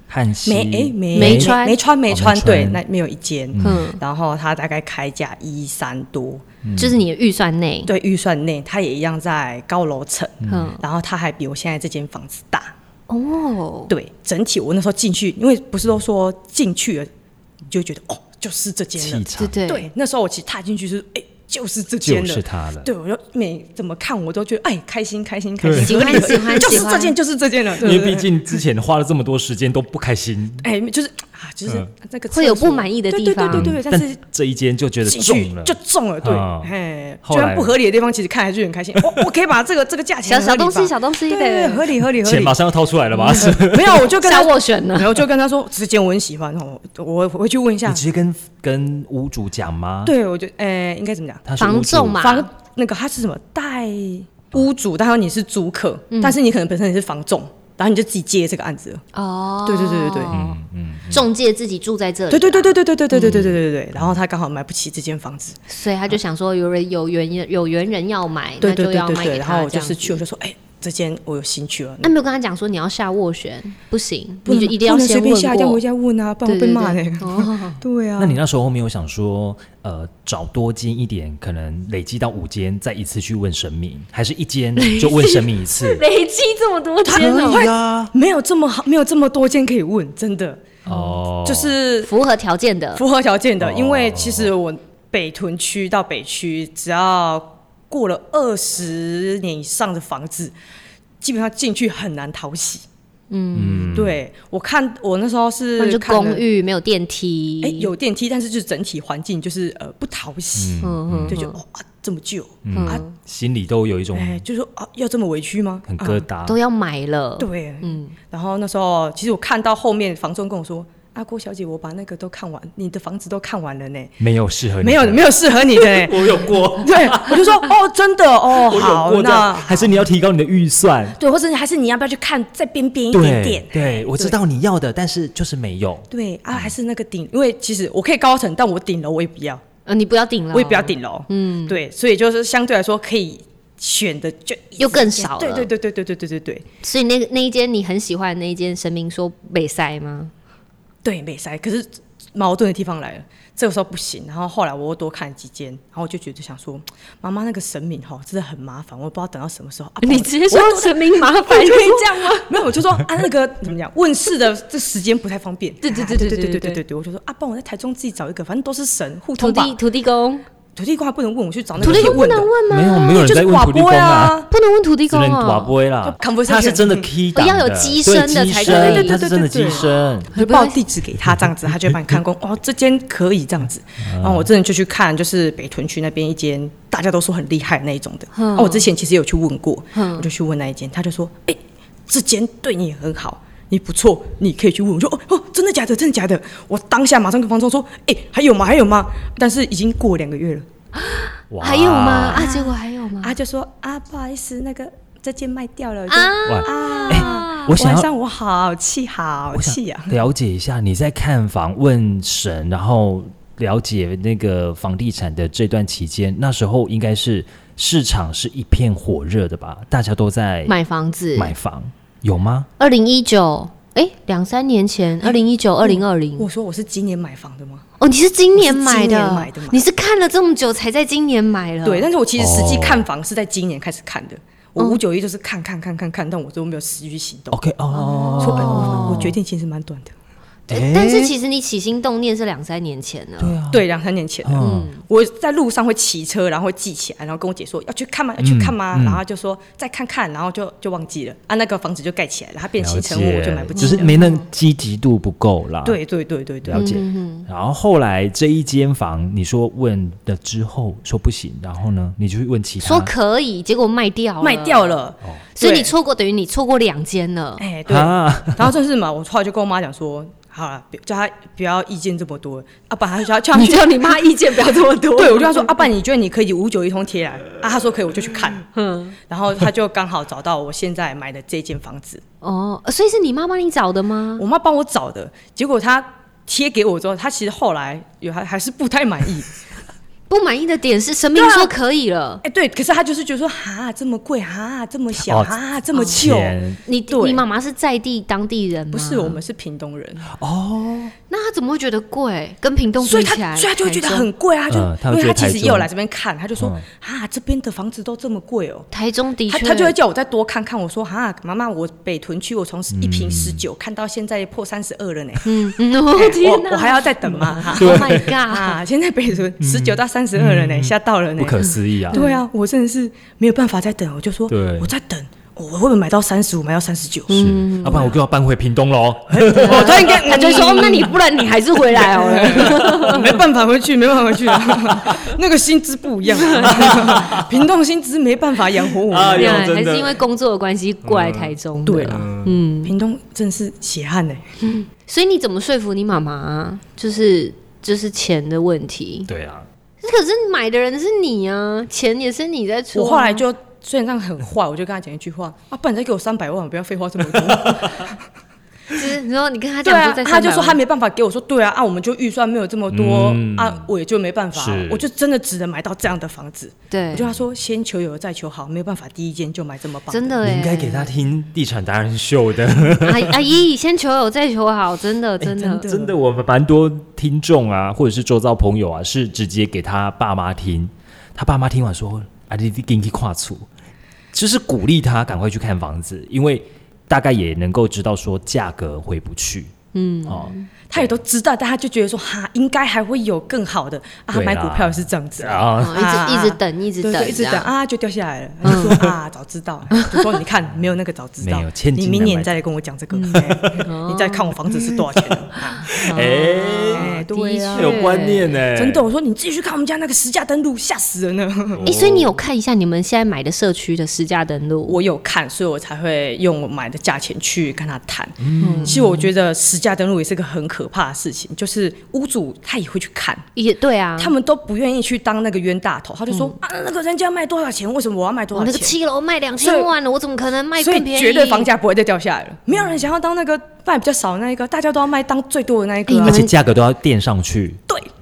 Speaker 1: 汉西
Speaker 3: 梅哎梅
Speaker 2: 梅川
Speaker 3: 梅川梅川
Speaker 1: 梅川
Speaker 3: 对，那没有一间，
Speaker 2: 嗯，
Speaker 3: 然后它大概开价一三多，
Speaker 4: 嗯
Speaker 2: 就是你的预算内。
Speaker 3: 对预算内，它也一样在高楼层，
Speaker 2: 嗯，
Speaker 3: 然后它还比我现在这间房子大。
Speaker 2: 哦，
Speaker 3: 对，整体我那时候进去，因为不是都说进去了，你就会觉得哦，就是这间
Speaker 1: 气
Speaker 3: 了。
Speaker 1: 场
Speaker 2: 对对，
Speaker 3: 对，那时候我其实踏进去是哎，就是这间
Speaker 1: 就
Speaker 3: 了
Speaker 1: 是。他了。
Speaker 3: 对，我就每怎么看我都觉得哎，开心开心开心，
Speaker 2: 喜欢喜欢
Speaker 3: 就是
Speaker 2: 喜欢
Speaker 3: 这件就是这件了。
Speaker 1: 因
Speaker 3: 对
Speaker 1: 为
Speaker 3: 对对
Speaker 1: 毕竟之前花了这么多时间都不开心，
Speaker 3: 哎，就是啊，就是
Speaker 1: 嗯
Speaker 3: 那个
Speaker 2: 会有
Speaker 3: 厕所
Speaker 2: 不满意的
Speaker 3: 对
Speaker 2: 地
Speaker 3: 对
Speaker 2: 方
Speaker 3: 对对对，但是
Speaker 1: 这一间就觉得
Speaker 3: 进去
Speaker 1: 中了，
Speaker 3: 就中了，对
Speaker 1: 啊，
Speaker 3: 哎，
Speaker 1: 后
Speaker 3: 虽
Speaker 1: 来
Speaker 3: 然不合理的地方，其实看还是很开心。我我可以把这个这个价钱
Speaker 2: 小小
Speaker 3: 合理
Speaker 2: 东
Speaker 3: 吧
Speaker 2: 西，小东西
Speaker 3: 对对对，
Speaker 2: 的
Speaker 3: 合理合理合
Speaker 1: 钱
Speaker 3: 理
Speaker 1: 马。上要掏出来了
Speaker 3: 嗯
Speaker 1: 吧？是，
Speaker 3: 没有，我就跟
Speaker 2: 下
Speaker 3: 他
Speaker 2: 斡旋呢
Speaker 3: 然。后就跟他说这间我很喜欢哦，我我回去问一
Speaker 1: 你
Speaker 3: 下
Speaker 1: 直。接跟跟屋主讲吗？，
Speaker 3: 对，我就呃，应该怎么讲？
Speaker 1: 他是
Speaker 2: 房
Speaker 1: 屋主
Speaker 2: 仲嘛
Speaker 3: 房那个他是什么代屋主，但是你是租客，
Speaker 2: 嗯
Speaker 3: 但是你可能本身也是房仲，然后你就自己接这个案子了。
Speaker 2: 哦，
Speaker 3: 对对对对对
Speaker 2: 嗯嗯，中介自己住在这里，啊
Speaker 3: 对对对，对对对对对对对对对
Speaker 2: 嗯
Speaker 3: 对。然后他刚好买不起这间房子，
Speaker 2: 所以他就想说，有人有缘人有缘人要买，
Speaker 3: 对
Speaker 2: 那
Speaker 3: 对对
Speaker 2: 就要
Speaker 3: 对
Speaker 2: 卖
Speaker 3: 对。
Speaker 2: 给
Speaker 3: 然
Speaker 2: 他
Speaker 3: 后我
Speaker 2: 这
Speaker 3: 就
Speaker 2: 样
Speaker 3: 是
Speaker 2: 子
Speaker 3: 去，我就说，哎，这间我有兴趣了。
Speaker 2: 那没有跟他讲说你要下斡旋，不行，你就
Speaker 3: 能
Speaker 2: 一定要
Speaker 3: 不能随
Speaker 2: 先
Speaker 3: 便
Speaker 2: 问
Speaker 3: 下，要
Speaker 2: 过
Speaker 3: 回。家问啊，不然
Speaker 2: 对
Speaker 3: 我被
Speaker 2: 对
Speaker 3: 骂
Speaker 2: 对
Speaker 3: 那，个。
Speaker 2: 哦，？
Speaker 3: 对啊，
Speaker 1: 那你那时候没有想说，呃，找多间一点，可能累积到五间，再一次去问神明，还是一 间就问神明一次
Speaker 2: 累积这么多间哦，
Speaker 1: 以啊，
Speaker 3: 没有这么好，没有这么多间可以问，真的
Speaker 1: 哦，
Speaker 3: 就是
Speaker 2: 符合条件的，
Speaker 3: 符合条件的，
Speaker 1: 哦
Speaker 3: 因为其实我北屯区到北区，只要过了二十年以上的房子，基本上进去很难讨喜。嗯，对我看我那时
Speaker 2: 或
Speaker 3: 候是
Speaker 2: 者就
Speaker 3: 看了
Speaker 2: 公，寓没有电梯，
Speaker 3: 哎、有电梯，但是就是整体环境就是呃不讨喜，
Speaker 2: 嗯，嗯
Speaker 3: 对，就哦啊这么旧，啊
Speaker 2: 嗯，
Speaker 1: 心里都有一种
Speaker 3: 哎、就说啊要这么委屈吗？
Speaker 1: 很
Speaker 3: 啊
Speaker 1: 疙瘩，
Speaker 2: 都要买了，
Speaker 3: 对，
Speaker 2: 嗯，
Speaker 3: 然后那时候，其实我看到后面房东跟我说：“啊，郭小姐，我把那个都看完，你的房子都看完了呢，
Speaker 1: 没有适合你，
Speaker 3: 没有没有适合你的呢。，
Speaker 1: 有，我有过
Speaker 3: 对，我就说：“哦，真的哦，
Speaker 1: 我有
Speaker 3: 好
Speaker 1: 过，
Speaker 3: 那
Speaker 1: 但还是你要提高你的预算。
Speaker 3: 对，或者还是你要不要去看再边边一点
Speaker 1: 对
Speaker 3: 点？
Speaker 1: 对，我知道你要的，但是就是没有。
Speaker 3: 对啊，还是那个顶，因为其实我可以高层，但我顶楼我也不要，
Speaker 2: 呃，你不要顶了，
Speaker 3: 我也不要，顶楼。
Speaker 2: 嗯，
Speaker 3: 对，所以就是相对来说可以选的就
Speaker 2: 又更少了
Speaker 3: 对对对对对对对对对
Speaker 2: 所以那那一间你很喜欢的那一间，神明说被塞吗？
Speaker 3: 对，没塞。可是矛盾的地方来了，这个时候不行。然后后来我又多看了几间，然后我就觉得想说，妈妈那个神明哈，真的很麻烦，我不知道等到什么时候啊。
Speaker 2: 你
Speaker 3: 不好
Speaker 2: 直接说神明麻烦，
Speaker 3: 就
Speaker 2: 可
Speaker 3: 可
Speaker 2: 以
Speaker 3: 以
Speaker 2: 这样吗？
Speaker 3: 没有，我就说啊，那个怎么讲，问世的这时间不太方便。
Speaker 2: 对对对
Speaker 3: 啊
Speaker 2: 对对
Speaker 3: 对对
Speaker 2: 对
Speaker 3: 对
Speaker 2: 对
Speaker 3: 对对，我就说啊，帮我在台中自己找一个，反正都是神互
Speaker 2: 土
Speaker 3: 通吧。
Speaker 2: 地土地公，
Speaker 3: 土地公还不能问，我去找那个
Speaker 2: 土地公不
Speaker 3: 问的
Speaker 2: 能问吗？
Speaker 1: 没有没有人
Speaker 3: 就
Speaker 1: 在
Speaker 3: 是
Speaker 1: 问
Speaker 3: 瓦
Speaker 1: 土地公
Speaker 3: 波
Speaker 1: 啊，
Speaker 3: 呀。
Speaker 2: 不能问土地
Speaker 1: 只
Speaker 2: 公
Speaker 1: 能瓦
Speaker 2: 哦，
Speaker 1: 波啦
Speaker 3: 就 conversation
Speaker 1: 他是真的 key 档
Speaker 2: 要有
Speaker 1: 的
Speaker 2: 机
Speaker 1: 对
Speaker 2: 身的
Speaker 1: 机
Speaker 2: 才
Speaker 1: 身
Speaker 2: 可以
Speaker 1: 他是真的
Speaker 3: 对对对对
Speaker 1: 机
Speaker 3: 对
Speaker 1: 身。
Speaker 3: 我就报地址给他，这样子他就会帮你看工。哦，这间可以这样子。
Speaker 1: 啊
Speaker 3: 然后我真的就去看，就是北屯区那边一间大家都说很厉害那一种的。
Speaker 2: 嗯
Speaker 3: 哦，我之前其实有去问过，
Speaker 2: 嗯
Speaker 3: 我就去问那一间，他就说：“哎、这间对你很好，你不错，你可以去问。”我说：“哦哦，真的假的？真的假的？”我当下马上跟房东说：“哎、还有吗？还有吗？”但是已经过两个月了，
Speaker 1: 哇
Speaker 2: 还有吗？？啊，结果还有吗？
Speaker 3: 啊，就说：“啊，不好意思，那个这间卖掉了。就”
Speaker 1: 哇
Speaker 2: 啊，
Speaker 1: 哎我想
Speaker 3: 晚
Speaker 1: 要
Speaker 3: 上我好气，好
Speaker 1: 我
Speaker 3: 气啊
Speaker 1: 想！了解一下，你在看房问神，然后了解那个房地产的这段期间，那时候应该是市场是一片火热的吧？大家都在
Speaker 2: 买房子，
Speaker 1: 买房，有吗？
Speaker 2: 二零一九，哎，两三年
Speaker 3: 哎
Speaker 2: 前，二零一九、二零二零，
Speaker 3: 我说我是今年买房的吗？
Speaker 2: 哦，你是今年
Speaker 3: 我
Speaker 2: 买
Speaker 3: 是今
Speaker 2: 的，
Speaker 3: 年买的哎嘛
Speaker 2: 你是看了这么久才在今年买了，
Speaker 3: 对，但是我其实实际
Speaker 1: 哦
Speaker 3: 看房是在今年开始看的，我
Speaker 2: 嗯
Speaker 3: 五九一就是看看看看看，但我都没有实际行动。
Speaker 1: OK 哦，
Speaker 3: 说、哎我我决定其实蛮短的，
Speaker 1: 哎
Speaker 2: 但是其实你起心动念是两三年前了，
Speaker 1: 对啊，
Speaker 3: 对，两三年前的。
Speaker 1: 嗯，
Speaker 3: 我在路上会骑车，然后会记起来，然后跟我姐说要去看吗？要去看吗？
Speaker 1: 嗯嗯
Speaker 3: 然后她就说再看看，然后就就忘记了啊，那个房子就盖起来了，它变
Speaker 1: 了
Speaker 3: 形成屋，我就买不
Speaker 1: 解，
Speaker 3: 起
Speaker 1: 只是
Speaker 3: 了。
Speaker 1: 没嗯那积极度不够啦。，
Speaker 3: 对对对对对
Speaker 1: 了
Speaker 2: 嗯
Speaker 1: 解。然后后来这一间房，你说问了之后说不行，然后呢，你就去问其他
Speaker 2: 说可以，结果卖掉了，
Speaker 3: 卖掉，了，
Speaker 1: 哦
Speaker 2: 所以
Speaker 3: 对
Speaker 2: 你错过等于你错过两间了，
Speaker 3: 哎、对。
Speaker 1: 啊，
Speaker 3: 然后就是嘛，我后来就跟我妈讲说，好了，别叫她不要意见这么多，啊，把她叫叫她
Speaker 2: 你
Speaker 3: 去
Speaker 2: 叫你妈意见不要这么多，
Speaker 3: 对，我就跟他说，阿爸，你觉得你可以五九一通贴来？啊，他说可以，我就去 看。嗯，然后他就刚好找到我现在买的这间房子，
Speaker 2: 哦，所以是你妈帮你找的吗？
Speaker 3: 我妈帮我找的。结果他贴给我之后，他其实后来有还还是不太满意。
Speaker 2: 不满意的点是神明
Speaker 3: 对啊
Speaker 2: 说可以了，
Speaker 3: 哎，对，可是他就是觉得说，哈，这么贵，哈，这么小，
Speaker 1: 哦
Speaker 3: 哈，这么旧。
Speaker 1: 钱
Speaker 2: 你
Speaker 3: 对
Speaker 2: 你妈妈是在地当地人吗？
Speaker 3: 不是，我们是屏东人，
Speaker 1: 哦，
Speaker 2: 那她怎么会觉得贵？跟屏东
Speaker 3: 所
Speaker 2: 比
Speaker 3: 以他
Speaker 2: 起来，
Speaker 3: 所以他就会觉得
Speaker 2: 台中
Speaker 3: 很贵啊，就、
Speaker 1: 嗯他会
Speaker 3: 因
Speaker 1: 觉
Speaker 3: 为
Speaker 1: 得
Speaker 3: 他其实
Speaker 1: 台
Speaker 3: 也有
Speaker 1: 中嗯
Speaker 3: 来这边看，他就说、啊，这边的房子都这么贵哦，
Speaker 2: 台中的
Speaker 3: 他
Speaker 2: 确，
Speaker 3: 他就会叫我再多看看。我说哈，妈妈，我北屯区我从一平十九看到现在破三十二了呢，
Speaker 2: 嗯嗯， 我天
Speaker 3: 我
Speaker 2: 哪，
Speaker 3: 我还要再等吗？ 哈
Speaker 2: Oh my god！
Speaker 3: 啊，现在北屯十九到三十二了呢，吓到了呢
Speaker 1: 嗯不。可思议啊！
Speaker 3: 对啊，我真的是没有办法再等，我就说
Speaker 1: 对嗯
Speaker 3: 我在等，我会不会买到三十五，买到三十九？
Speaker 1: 是，
Speaker 2: 嗯
Speaker 1: 啊哎要不然我就要搬回屏东喽。
Speaker 3: 我突然间 嗯
Speaker 2: 他就说：“哦那你不然你还是回来好 了。
Speaker 3: 没办法回去，没办法回去啊， 那个薪资不一 样啊，平动薪资没办法养活我
Speaker 1: 哎
Speaker 3: 们。
Speaker 1: 呦真的
Speaker 2: 还是因为工作的关系过来台中。”
Speaker 3: 对了，，嗯，平东真是血汗呢、
Speaker 2: 所以你怎么说服你妈妈啊？就是就是钱的问题。
Speaker 1: 对啊，
Speaker 2: 可是买的人是你啊，钱也是你在出啊。
Speaker 3: 我后来就虽然这样很坏，我就跟他讲一句话啊，不然再给我三百万，不要废话这么多。
Speaker 2: 就是你说你跟他
Speaker 3: 对
Speaker 2: 讲
Speaker 3: 啊
Speaker 2: 说，在
Speaker 3: 他就说他
Speaker 2: 300万
Speaker 3: 没办法给我说，对啊，啊我们就预算没有这么多、
Speaker 1: 嗯
Speaker 3: 啊，我也就没办法啊
Speaker 1: 是，
Speaker 3: 我就真的只能买到这样的房子。我就
Speaker 2: 对，
Speaker 3: 跟他说，先求有再求好，没有办法第一间就买这么棒的。
Speaker 2: 真的
Speaker 1: 你
Speaker 2: 哎，
Speaker 1: 应该给他听地产达人秀 的。哎
Speaker 2: 阿阿姨先求有再求好，真
Speaker 3: 哎
Speaker 2: 的真的
Speaker 1: 真的，我们蛮多听众啊，或者是周遭朋友啊，是直接给他爸妈听，他爸妈听完说：“啊，你你给你跨出，就是鼓励他赶快去看房子，因为大概也能够知道说价格回不去。”嗯，哦，
Speaker 3: 他也都知道，但他就觉得说哈，应该还会有更好的啊。
Speaker 1: 对啦
Speaker 3: 买股票也是这样子啊，
Speaker 1: 啊，
Speaker 2: 哦一直一直等一直
Speaker 3: 对对
Speaker 2: 等
Speaker 3: 一直
Speaker 2: 这
Speaker 3: 等
Speaker 2: 样
Speaker 3: 啊，就掉下来了。他就说啊，早知道，就说你看没有那个早知道
Speaker 1: 没有千，金
Speaker 3: 你
Speaker 1: 难
Speaker 3: 明年
Speaker 1: 买
Speaker 3: 再来跟我讲这个， 哎你再看我房子是多少钱了啊？
Speaker 1: 哎，
Speaker 3: 哎，
Speaker 2: 的
Speaker 3: 对呀
Speaker 2: 确，
Speaker 1: 有观念呢，
Speaker 3: 真的，我说你自己去看我们家那个实价登录，吓死人了。
Speaker 2: 哎、所以你有看一下你们现在买的社区的实价登录？
Speaker 3: 我有看，所以我才会用我买的价钱去跟他谈。
Speaker 2: 嗯
Speaker 3: 其实我觉得实价登录也是个很可怕的事情，就是屋主他也会去看，
Speaker 2: 也对啊，
Speaker 3: 他们都不愿意去当那个冤大头，他就说、啊，那个人家卖多少钱，为什么我要卖多
Speaker 2: 我
Speaker 3: 少
Speaker 2: 嗯那个
Speaker 3: 钱？
Speaker 2: 七楼卖两
Speaker 3: 所以
Speaker 2: 千万了，我怎么可能卖
Speaker 3: 所
Speaker 2: 更
Speaker 3: 以
Speaker 2: 便宜？
Speaker 3: 绝对房价不会再掉下来了，没有
Speaker 2: 嗯
Speaker 3: 人想要当那个卖比较少的那一个，大家都要卖当最多的那一
Speaker 2: 哎
Speaker 3: 个、啊
Speaker 1: 而。且价格都要垫上去。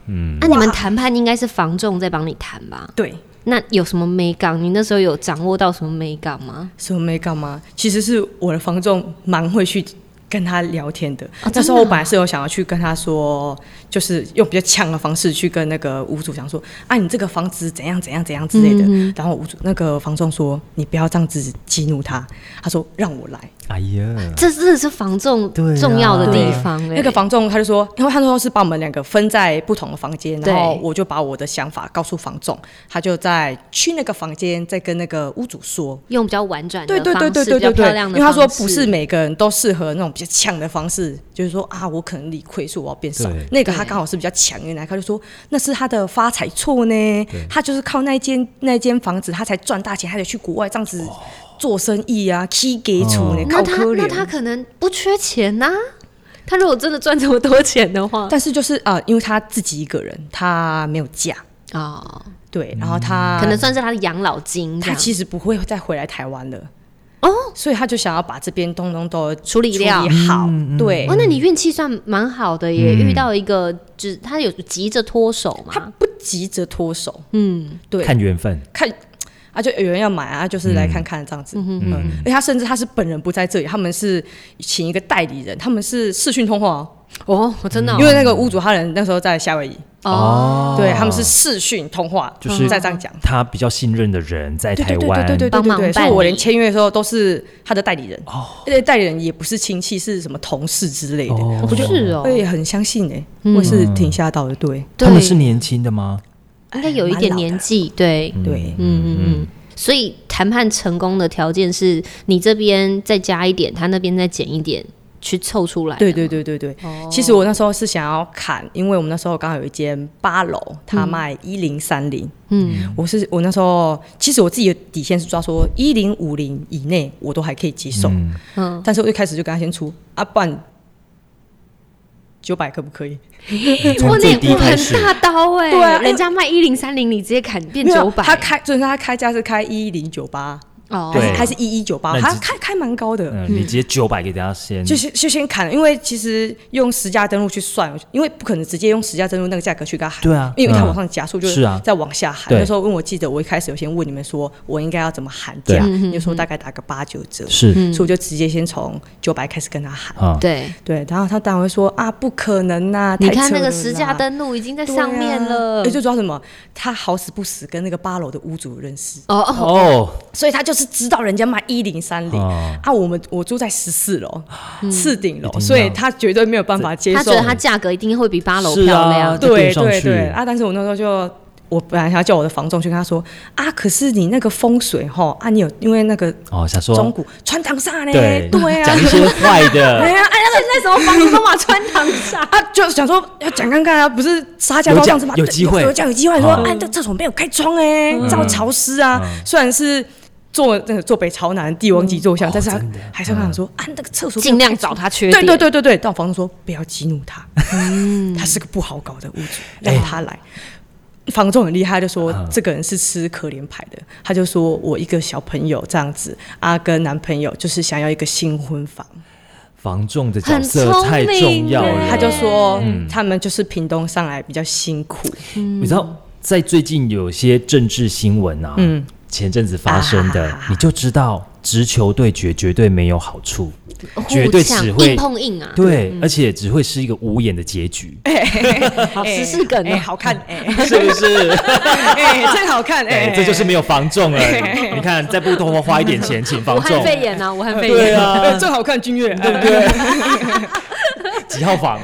Speaker 1: 嗯
Speaker 3: 对啊
Speaker 2: 那、你们谈判应该是房仲在帮你谈吧？
Speaker 3: 对，
Speaker 2: 那有什么美感？你那时候有掌握到什么美感吗？
Speaker 3: 什么没干嘛？其实是我的房仲蛮会去跟他聊天的。
Speaker 2: 哦真的啊
Speaker 3: 那时候我本来是有想要去跟他说，就是用比较强的方式去跟那个屋主讲说，啊，你这个房子怎样怎样怎样之类的。
Speaker 2: 嗯
Speaker 3: 然后屋主那个房仲说，你不要这样子激怒他，他说让我来。
Speaker 1: 哎呀，
Speaker 2: 这真的是房仲
Speaker 1: 对啊
Speaker 2: 重要的地方、哎，
Speaker 3: 那个房仲他就说，因为他那时候是把我们两个分在不同的房间，
Speaker 2: 对
Speaker 3: 然后我就把我的想法告诉房仲，他就在去那个房间再跟那个屋主说。
Speaker 2: 用比较婉转的
Speaker 3: 对对
Speaker 2: 方
Speaker 3: 对
Speaker 2: 式，
Speaker 3: 对对对
Speaker 2: 比较
Speaker 3: 对
Speaker 2: 漂，亮
Speaker 3: 因
Speaker 2: 的
Speaker 3: 为
Speaker 2: 方
Speaker 3: 他
Speaker 2: 式。
Speaker 3: 说不是每个人都适合那种比较呛的方式，就是说啊，我可能理亏，所以我要变少
Speaker 1: 对。
Speaker 3: 那个他刚好是比较强硬来，他就说那是他的发财错呢，他就是靠那一间那一间房子他才赚大钱，他得去国外这样子
Speaker 2: 哦
Speaker 3: 做生意啊，起给出呢，
Speaker 2: 那
Speaker 3: 靠
Speaker 2: 他
Speaker 3: 可
Speaker 2: 那
Speaker 3: 怜。
Speaker 2: 他可能不缺钱呐、他如果真的赚这么多钱的话，
Speaker 3: 但是就是啊、呃因为他自己一个人，他没有家，
Speaker 2: 哦，
Speaker 3: 对，然后他、
Speaker 2: 可能算是他的养老金这
Speaker 3: 啊他
Speaker 2: 样。
Speaker 3: 其实不会再回来台湾了，
Speaker 2: 哦，
Speaker 3: 所以他就想要把这边东东都
Speaker 2: 处理掉
Speaker 3: 好，对
Speaker 2: 哦，。那你运气算蛮好的耶，遇到一个只他有急着脱手
Speaker 3: 嗯他
Speaker 2: 嘛，
Speaker 3: 不急着脱手，
Speaker 2: 嗯，
Speaker 3: 对，
Speaker 1: 看缘分，
Speaker 3: 看啊，就有人要买啊，就是来看看这样子。嗯而且他甚至他是本人不在这里，他们是请一个代理人，他们是视讯通话哦，
Speaker 2: 哦，我真的哦
Speaker 3: 因为那个屋主他人那时候在夏威夷，
Speaker 2: 哦，
Speaker 3: 对他们是视讯通话，
Speaker 1: 就是
Speaker 3: 在这样讲。
Speaker 1: 他比较信任的人在
Speaker 3: 对
Speaker 1: 台
Speaker 3: 对对
Speaker 1: 湾，
Speaker 3: 对对对
Speaker 2: 帮
Speaker 3: 对
Speaker 2: 忙
Speaker 3: 对，所以
Speaker 2: 办
Speaker 3: 我
Speaker 2: 理
Speaker 3: 连签约的时候都是他的代理人，而且代理人也不是亲戚，是什么同事之类的，
Speaker 1: 哦
Speaker 2: 不是哦
Speaker 3: 我，也很相信哎，我是挺吓到的，对
Speaker 1: 他们是哎年轻的吗？
Speaker 2: 应该有一
Speaker 3: 蛮
Speaker 2: 点
Speaker 3: 老的
Speaker 2: 年纪，对，
Speaker 3: 对，
Speaker 2: 嗯嗯嗯。所以谈判成功的条件是你这边再加一点，他那边再减一点，去凑出来的。哦
Speaker 3: 对对对对对。其实我那时候是想要砍，因为我们那时候刚好有一间八楼，他卖一零三零。
Speaker 2: 嗯，
Speaker 3: 我是我那时候，其实我自己的底线是抓说一零五零以内，我都还可以接受。
Speaker 1: 嗯
Speaker 2: 嗯，
Speaker 3: 但是我一开始就跟他先出啊，不然九百可不可以？
Speaker 1: 从
Speaker 3: 哎
Speaker 2: 哇，
Speaker 1: 最
Speaker 2: 那
Speaker 1: 低
Speaker 2: 哇
Speaker 1: 开
Speaker 2: 很
Speaker 1: 始，
Speaker 2: 大刀哎、
Speaker 3: 对啊因为
Speaker 2: 人家卖一零三零，你直接砍变
Speaker 3: 没有
Speaker 2: 九百，
Speaker 3: 他开就是他开价是开一零九八，
Speaker 2: 哦
Speaker 3: 还是
Speaker 1: 对
Speaker 3: 还是一一九八，
Speaker 1: 那
Speaker 3: 它
Speaker 1: 你
Speaker 3: 开开蛮高的。
Speaker 1: 嗯，你直接九百给大家先，
Speaker 3: 就先就先砍了，因为其实用实价登录去算，因为不可能直接用实价登录那个价格去给他喊，
Speaker 1: 对啊
Speaker 3: 因为它
Speaker 1: 嗯
Speaker 3: 往上加速就是
Speaker 1: 啊
Speaker 3: 再往下喊。
Speaker 1: 对
Speaker 3: 那时候因为我记得我一开始有先问你们说我应该要怎么喊价，
Speaker 2: 嗯
Speaker 1: 对
Speaker 3: 你就说大概打个八九折，
Speaker 1: 是
Speaker 3: 所以我就直接先从九百开始跟他喊。
Speaker 1: 啊，
Speaker 2: 对，
Speaker 3: 嗯对，然后他当然会说啊，不可能呐、
Speaker 2: 你
Speaker 3: 太
Speaker 2: 看
Speaker 3: 扯
Speaker 2: 那个
Speaker 3: 了
Speaker 2: 实
Speaker 3: 啦
Speaker 2: 价登录已经在上面了
Speaker 3: 对啊哎、。最主要什么？他好死不死跟那个八楼的屋主认识，
Speaker 2: 哦哦，
Speaker 1: 哦，
Speaker 3: 所以他就是知道人家卖一零三零
Speaker 1: 哦嗯
Speaker 3: 啊。我们我住在十四楼，次顶楼
Speaker 1: 一定，要
Speaker 3: 所以他绝对没有办法接
Speaker 2: 他觉
Speaker 3: 受。
Speaker 2: 得他价格一定会比八楼
Speaker 1: 是
Speaker 2: 漂
Speaker 1: 啊
Speaker 2: 亮。
Speaker 1: 就
Speaker 3: 对
Speaker 1: 定上
Speaker 3: 对
Speaker 1: 去
Speaker 3: 对啊！但是我那时候就。我本来想要叫我的房仲去跟他说啊，可是你那个风水吼啊，你有因为那个
Speaker 1: 哦，想
Speaker 3: 中
Speaker 1: 说
Speaker 3: 古穿堂煞呢，
Speaker 1: 对
Speaker 3: 对啊
Speaker 1: 讲一，些坏
Speaker 3: 哎
Speaker 1: 的，
Speaker 3: 呀哎呀，，
Speaker 2: 啊现在什么房子都往穿堂上
Speaker 3: 啊，就想说要讲看看啊，不是杀价
Speaker 1: 有
Speaker 3: 高
Speaker 1: 讲
Speaker 3: 上是吧？
Speaker 1: 有
Speaker 3: 对
Speaker 1: 机会嗯
Speaker 3: 有讲有机会。说
Speaker 1: 啊
Speaker 3: 哎，这厕所没有开窗哎，这么潮湿啊。虽然是坐那个坐北朝南，帝王级坐
Speaker 1: 哦
Speaker 3: 向，但是他还是会
Speaker 1: 嗯
Speaker 3: 想说啊，那个厕所没有
Speaker 2: 尽量找他缺
Speaker 3: 对
Speaker 2: 点。
Speaker 3: 对对对对，但我房东说不要激怒他，
Speaker 1: 嗯
Speaker 3: 他是个不好搞的屋主，让
Speaker 1: 哎
Speaker 3: 他来。房东很厉害，就说
Speaker 1: 啊
Speaker 3: 这个人是吃可怜牌的。他就说我一个小朋友这样子，啊，跟男朋友就是想要一个新婚房。
Speaker 1: 防重的角
Speaker 2: 很
Speaker 1: 色
Speaker 2: 聪
Speaker 1: 太重
Speaker 2: 明
Speaker 1: 要
Speaker 2: 耶
Speaker 1: 了，
Speaker 3: 哎他就说
Speaker 1: 嗯
Speaker 3: 他们就是屏东上来比较 辛苦，
Speaker 1: 你知道，在最近有些政治新闻啊，
Speaker 3: 嗯
Speaker 1: 前阵子发生的，
Speaker 3: 啊
Speaker 1: 你就知道直球对决绝对没有好处，
Speaker 2: 互
Speaker 1: 绝对
Speaker 2: 呛
Speaker 1: 只会
Speaker 2: 硬碰硬啊。
Speaker 1: 对，而且只会是一个无眼的结局，
Speaker 2: 好
Speaker 3: 嗯哎
Speaker 2: 时事梗
Speaker 3: 哎
Speaker 2: 哦。
Speaker 3: 好看哎，
Speaker 1: 是不是？
Speaker 3: 哎，真好看
Speaker 1: 哎、
Speaker 3: 哎，
Speaker 1: 这就是没有防重了。你看，再不多花一点钱请防
Speaker 3: 哎
Speaker 2: 武
Speaker 1: 重
Speaker 2: 汉，肺炎啊，武汉肺
Speaker 1: 对
Speaker 2: 炎。
Speaker 1: 啊，
Speaker 3: 最好看君越，对不对？
Speaker 1: 对。几号 房？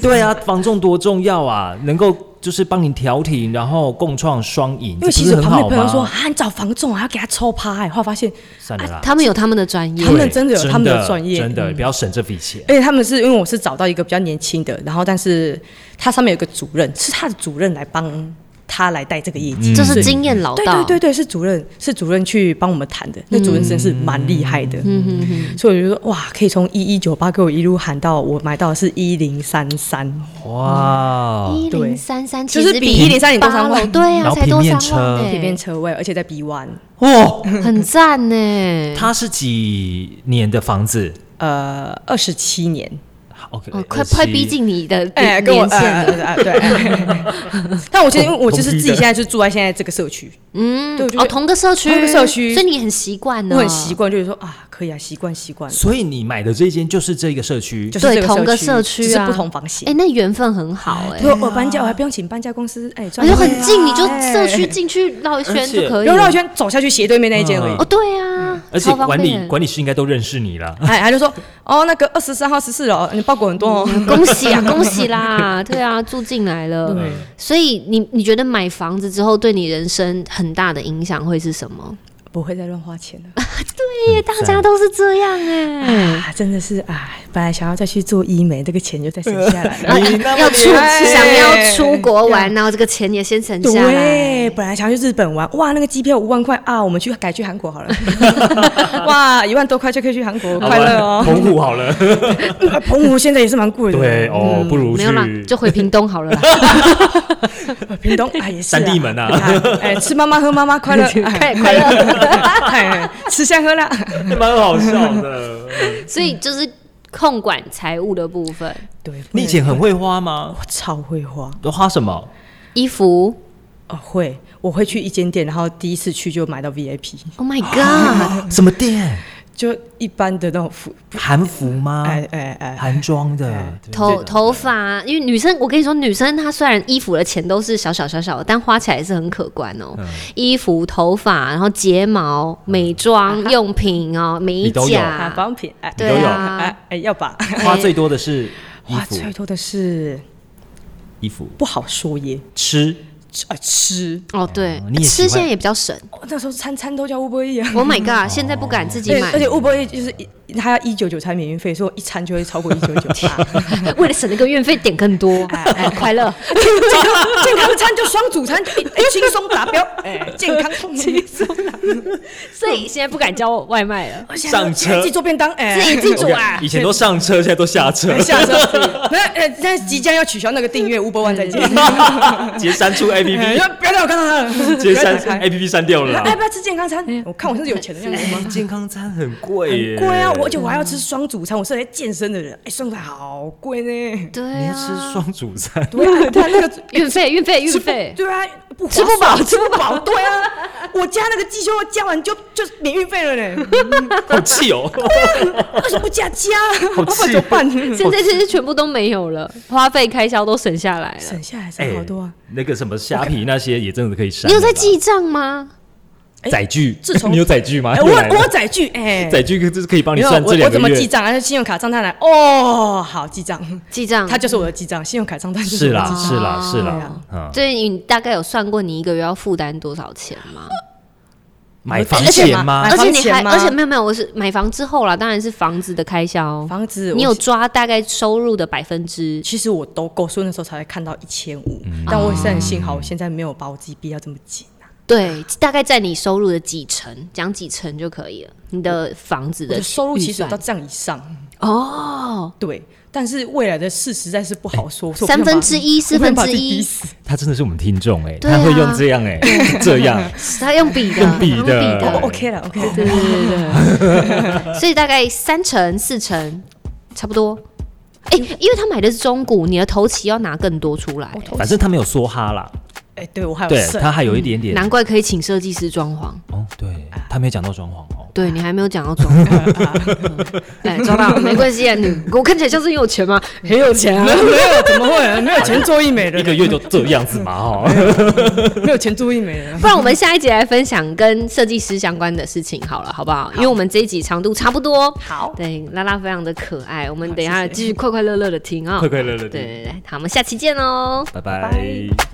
Speaker 1: 对啊，防重多重要啊！能够就是帮你调停，然后共创双赢，
Speaker 3: 因为其
Speaker 1: 这
Speaker 3: 实
Speaker 1: 不是很好
Speaker 3: 旁边朋友说
Speaker 1: 吗？
Speaker 3: 啊，你找房仲还要给他抽趴哎，后来发现，
Speaker 1: 算了啦，
Speaker 2: 他们有他们的专业
Speaker 3: 他，们
Speaker 1: 对
Speaker 3: 真的有他们的专业
Speaker 1: 真的
Speaker 3: 嗯
Speaker 1: 不要省这笔钱。
Speaker 3: 而且他们是因为我是找到一个比较年轻的，然后但是他上面有个主任，是他的主任来帮他来带这个业绩，
Speaker 2: 这
Speaker 3: 所
Speaker 2: 是
Speaker 3: 以
Speaker 2: 经验老
Speaker 3: 对
Speaker 2: 道。
Speaker 3: 嗯对对对，是主任，是主任去帮我们谈的。那主任真是蛮厉害的，所以我就说哇，可以从一一九八给我一路喊到我买到的是一零三三，
Speaker 1: 哇，
Speaker 2: 一
Speaker 3: 对
Speaker 2: 零三三
Speaker 3: 就
Speaker 2: 其
Speaker 3: 是
Speaker 2: 实
Speaker 3: 比103多三万
Speaker 2: 八楼对
Speaker 1: 然
Speaker 2: 啊，
Speaker 1: 后
Speaker 2: 才多
Speaker 1: 平
Speaker 2: 三
Speaker 1: 面
Speaker 2: 万
Speaker 1: 车
Speaker 2: 呢，
Speaker 3: 里面车位，而且在 B one，
Speaker 1: 哦，
Speaker 2: 很赞呢。
Speaker 1: 它是几年的房子
Speaker 3: 呃，二十七年，
Speaker 1: 好？OK，
Speaker 2: 哦，快快逼近你的
Speaker 3: 呃哎、
Speaker 2: 年
Speaker 3: 跟我
Speaker 2: 年
Speaker 3: 呃
Speaker 2: 限了。
Speaker 3: 呃呃对。 但我其实因为我就是自己现在就住在现在这个社区，
Speaker 2: 嗯
Speaker 3: 对我，
Speaker 2: 哦，
Speaker 3: 就觉得
Speaker 2: 同个社区，
Speaker 3: 同个社区
Speaker 2: 所以你很习惯哦呢，
Speaker 3: 我很习惯，就是说啊，可以啊，习惯习惯了，
Speaker 1: 所以你买的这间就是这个社区，
Speaker 3: 就是这
Speaker 2: 对同个社
Speaker 3: 社
Speaker 2: 区
Speaker 3: 只是
Speaker 2: 啊
Speaker 3: 不同房型。
Speaker 2: 哎，那缘分很好哎，
Speaker 3: 我我搬家，我还不用请搬家公司，哎、
Speaker 2: 而
Speaker 3: 赚
Speaker 2: 且
Speaker 3: 钱
Speaker 2: 很近，你就
Speaker 3: 哎
Speaker 2: 社区进去绕一
Speaker 1: 而
Speaker 2: 圈
Speaker 1: 且嗯
Speaker 2: 就可
Speaker 3: 不
Speaker 2: 以
Speaker 3: 用绕
Speaker 2: 了
Speaker 3: 一。圈走下去斜对面那一间而已。
Speaker 2: 哦，对啊，
Speaker 1: 而且
Speaker 2: 超方
Speaker 1: 管理
Speaker 2: 便
Speaker 1: 管理师应该都认识你了。
Speaker 3: 哎，他就说哦，那个二十三号、十四楼，你包裹很多哦。
Speaker 2: 恭喜啊，恭喜啦！对啊，住进来了。所以你你觉得买房子之后对你人生很大的影响会是什么？
Speaker 3: 不会再乱花钱了，
Speaker 2: 对耶，大家都是这样哎、
Speaker 3: 啊，真的是哎，本来想要再去做医美，这个钱就再省下来了。
Speaker 2: 啊
Speaker 1: 你那么
Speaker 2: 要出
Speaker 1: 厉
Speaker 3: 害
Speaker 2: 想要出国玩，然后这个钱也先 省下来
Speaker 3: 对，。本来想要去日本玩，哇，那个机票五万块啊，我们去改去韩 国好了，哇，一万多块就可以去韩国，
Speaker 1: 好
Speaker 3: 快乐哦
Speaker 1: 吧。澎湖好 了，
Speaker 3: 啊澎湖现在也是蛮贵的，嗯
Speaker 1: 对哦，不如
Speaker 2: 没
Speaker 1: 去
Speaker 2: 有啦，就回屏东好了啦。
Speaker 3: 屏东哎也是啊
Speaker 1: 三地门啊
Speaker 3: 哎哎，吃妈妈喝妈妈快乐，
Speaker 2: 快
Speaker 3: 哎
Speaker 2: 快乐。
Speaker 3: 哎，吃香 喝辣。
Speaker 1: 蛮好笑的。
Speaker 3: 嗯
Speaker 2: 所以就是控管财务的部分，
Speaker 3: 对，不
Speaker 1: 你以
Speaker 3: 能
Speaker 1: 前很会花吗？
Speaker 3: 我超会花
Speaker 1: 都花什么？
Speaker 2: 衣服。
Speaker 3: 哦，会，我会去一间店，然后第一次去就买到 VIP，
Speaker 2: Oh my god！
Speaker 1: 什么店？
Speaker 3: 就一般的那种服，
Speaker 1: 韩服吗？
Speaker 3: 哎哎哎，
Speaker 1: 韩妆的
Speaker 2: 头头发，啊因为女生，我跟你说，女生她虽然衣服的钱都是小小小小的，但花起来是很可观哦。
Speaker 1: 嗯
Speaker 2: 衣服、头发，然后睫毛、美妆用品哦，美
Speaker 1: 你都有
Speaker 3: 啊，
Speaker 2: 甲，
Speaker 3: 保养品，哎，
Speaker 2: 对
Speaker 1: 都有
Speaker 2: 啊
Speaker 3: 哎哎，要吧。
Speaker 1: 花最多的是衣
Speaker 3: 花
Speaker 1: 服，
Speaker 3: 最多的是
Speaker 1: 衣服
Speaker 3: 不好说耶，
Speaker 1: 吃
Speaker 3: 吃啊吃，
Speaker 2: 哦，对
Speaker 1: 哦，你也喜
Speaker 2: 吃
Speaker 1: 欢
Speaker 2: 现在也比 较省。
Speaker 3: 哦那时候餐餐都叫乌波一啊。
Speaker 2: Oh my god！现在不敢自己
Speaker 3: 对，
Speaker 2: 买
Speaker 3: 而，且乌波一就是一，他要一九九餐免运费，所以我一餐就会超过一九九。
Speaker 2: 为了省那个运费，点更多， 哎快乐。
Speaker 3: 健康餐就双主 餐，哎轻松达标，哎，健康轻松。
Speaker 2: 所以现在不敢叫外卖了，
Speaker 1: 上车
Speaker 3: 自己做便当，哎，
Speaker 2: 自己自己 煮啊
Speaker 1: OK，以。前都上车，现在都下 车，
Speaker 3: 下车。那呃，但是即将要取消那个订阅，乌波万再见。
Speaker 1: 直接删除 A A P
Speaker 3: 哎
Speaker 1: P，
Speaker 3: 不要带我看到 他了，
Speaker 1: 直接
Speaker 3: 不要
Speaker 1: 删
Speaker 3: 打开
Speaker 1: A P P 删掉了
Speaker 3: 哎，
Speaker 1: 啦。
Speaker 3: 不要吃健康餐，我看我像是有钱的样子吗？
Speaker 1: 健康餐很贵
Speaker 3: 哎很
Speaker 1: 耶，
Speaker 3: 贵啊，我而且我还要吃双主餐，我是来健身的人，哎，双主餐好贵呢。
Speaker 2: 对
Speaker 1: 你
Speaker 2: 啊，
Speaker 1: 要吃双主餐，
Speaker 3: 对啊，他那个
Speaker 2: 运费运费
Speaker 3: 吃
Speaker 2: 运
Speaker 3: 不
Speaker 2: 费，
Speaker 3: 对啊，不
Speaker 2: 吃不
Speaker 3: 划算
Speaker 2: 饱
Speaker 3: 吃不饱，对啊，我加那个鸡胸肉加完就就免运费了 嘞，
Speaker 1: 好气哦！
Speaker 3: 为什么不加加？
Speaker 1: 好
Speaker 3: 老
Speaker 1: 气哎
Speaker 3: 板怎么办？
Speaker 2: 现在这些全部都没有了，花费开销都省下来了。
Speaker 3: 省下来省好多啊！
Speaker 1: 哎那个什么虾皮那些也真的可以删。
Speaker 2: 你有在记账吗？
Speaker 3: 哎
Speaker 1: 载具
Speaker 3: 自？从
Speaker 1: 你有载具吗？
Speaker 3: 哎，
Speaker 1: 又
Speaker 3: 我
Speaker 1: 来了
Speaker 3: 我载具哎，
Speaker 1: 载具就是可以帮
Speaker 3: 没
Speaker 1: 你
Speaker 3: 有啊
Speaker 1: 算
Speaker 3: 我
Speaker 1: 这两
Speaker 3: 我
Speaker 1: 个
Speaker 3: 怎么
Speaker 1: 月
Speaker 3: 记账？还是信用卡账单来？哦，好记账，
Speaker 2: 记账，
Speaker 3: 他就是我的记账，信用卡账单就是我的
Speaker 1: 啦
Speaker 3: 记账
Speaker 1: 是啦是
Speaker 3: 对
Speaker 1: 啦
Speaker 3: 啊，
Speaker 1: 嗯，
Speaker 2: 所以你大概有算过你一个月要负担多少钱吗？
Speaker 1: 买房
Speaker 3: 而且
Speaker 1: 钱吗
Speaker 2: 而
Speaker 3: 买？
Speaker 2: 且
Speaker 3: 啊房
Speaker 2: 你
Speaker 3: 钱
Speaker 2: 还，
Speaker 3: 吗
Speaker 2: 而且没有没有，我是买房之后啦，当然是房子的开销。
Speaker 3: 房子
Speaker 2: 你
Speaker 3: 我
Speaker 2: 有抓大概收入的百分之？
Speaker 3: 其实我都够，所以那时候才会看到一千五，
Speaker 1: 嗯
Speaker 3: 但我也是很幸好，我现在没有把我自己逼到这么紧啊。
Speaker 2: 对，大概在你收入的几成，讲几成就可以了。你的房子
Speaker 3: 我的收入其实有
Speaker 2: 预
Speaker 3: 到
Speaker 2: 算
Speaker 3: 这样以上，
Speaker 2: 哦，嗯
Speaker 3: 对，但是未来的事实在是不好说，所以我
Speaker 2: 三
Speaker 3: 不想
Speaker 2: 分
Speaker 3: 把
Speaker 2: 之一、
Speaker 3: 我
Speaker 2: 四
Speaker 3: 不
Speaker 2: 分
Speaker 3: 想把
Speaker 2: 之
Speaker 3: 自己逼
Speaker 2: 一，
Speaker 3: 死。
Speaker 1: 他真的是我们听众哎，
Speaker 2: 对啊
Speaker 1: 他会用这样哎，
Speaker 3: 啊
Speaker 1: 这样
Speaker 2: 他用笔的，
Speaker 1: 用笔
Speaker 2: 用
Speaker 1: 的
Speaker 3: 哦
Speaker 1: 对
Speaker 3: OK 了，OK，
Speaker 2: 对对对 对，所以大概三成四成差不多。哎、因为他买的是中股，你的头期要拿更多出来、
Speaker 3: 我头
Speaker 1: 反正他没有梭哈啦，
Speaker 3: 哎，对我还有
Speaker 1: 对
Speaker 3: 剩，
Speaker 1: 他还有一点点
Speaker 2: 难怪可以请设计师装潢。
Speaker 1: 哦，对他没有讲到装潢哦，
Speaker 2: 对你还没有讲到装潢， 哎、抓到了没关系啊，你我看起来像是很有钱吗？很有钱啊，
Speaker 3: 没有怎么会没有钱做一美
Speaker 1: 一个
Speaker 3: 人，
Speaker 1: 月就这样子嘛哦，
Speaker 3: 没有钱做一美人。
Speaker 2: 不然我们下一集来分享跟设计师相关的事情好了，好不好？因为我们这一集长度差不多。哦
Speaker 3: 好，
Speaker 2: 对，拉拉非常的可爱，我们
Speaker 3: 好
Speaker 2: 等一下
Speaker 3: 谢谢
Speaker 2: 继续快快乐乐的听啊、
Speaker 1: 快快乐乐
Speaker 2: 对
Speaker 1: 的，
Speaker 2: 对对，好，我们下期见哦。
Speaker 1: 拜
Speaker 3: 拜
Speaker 1: 拜。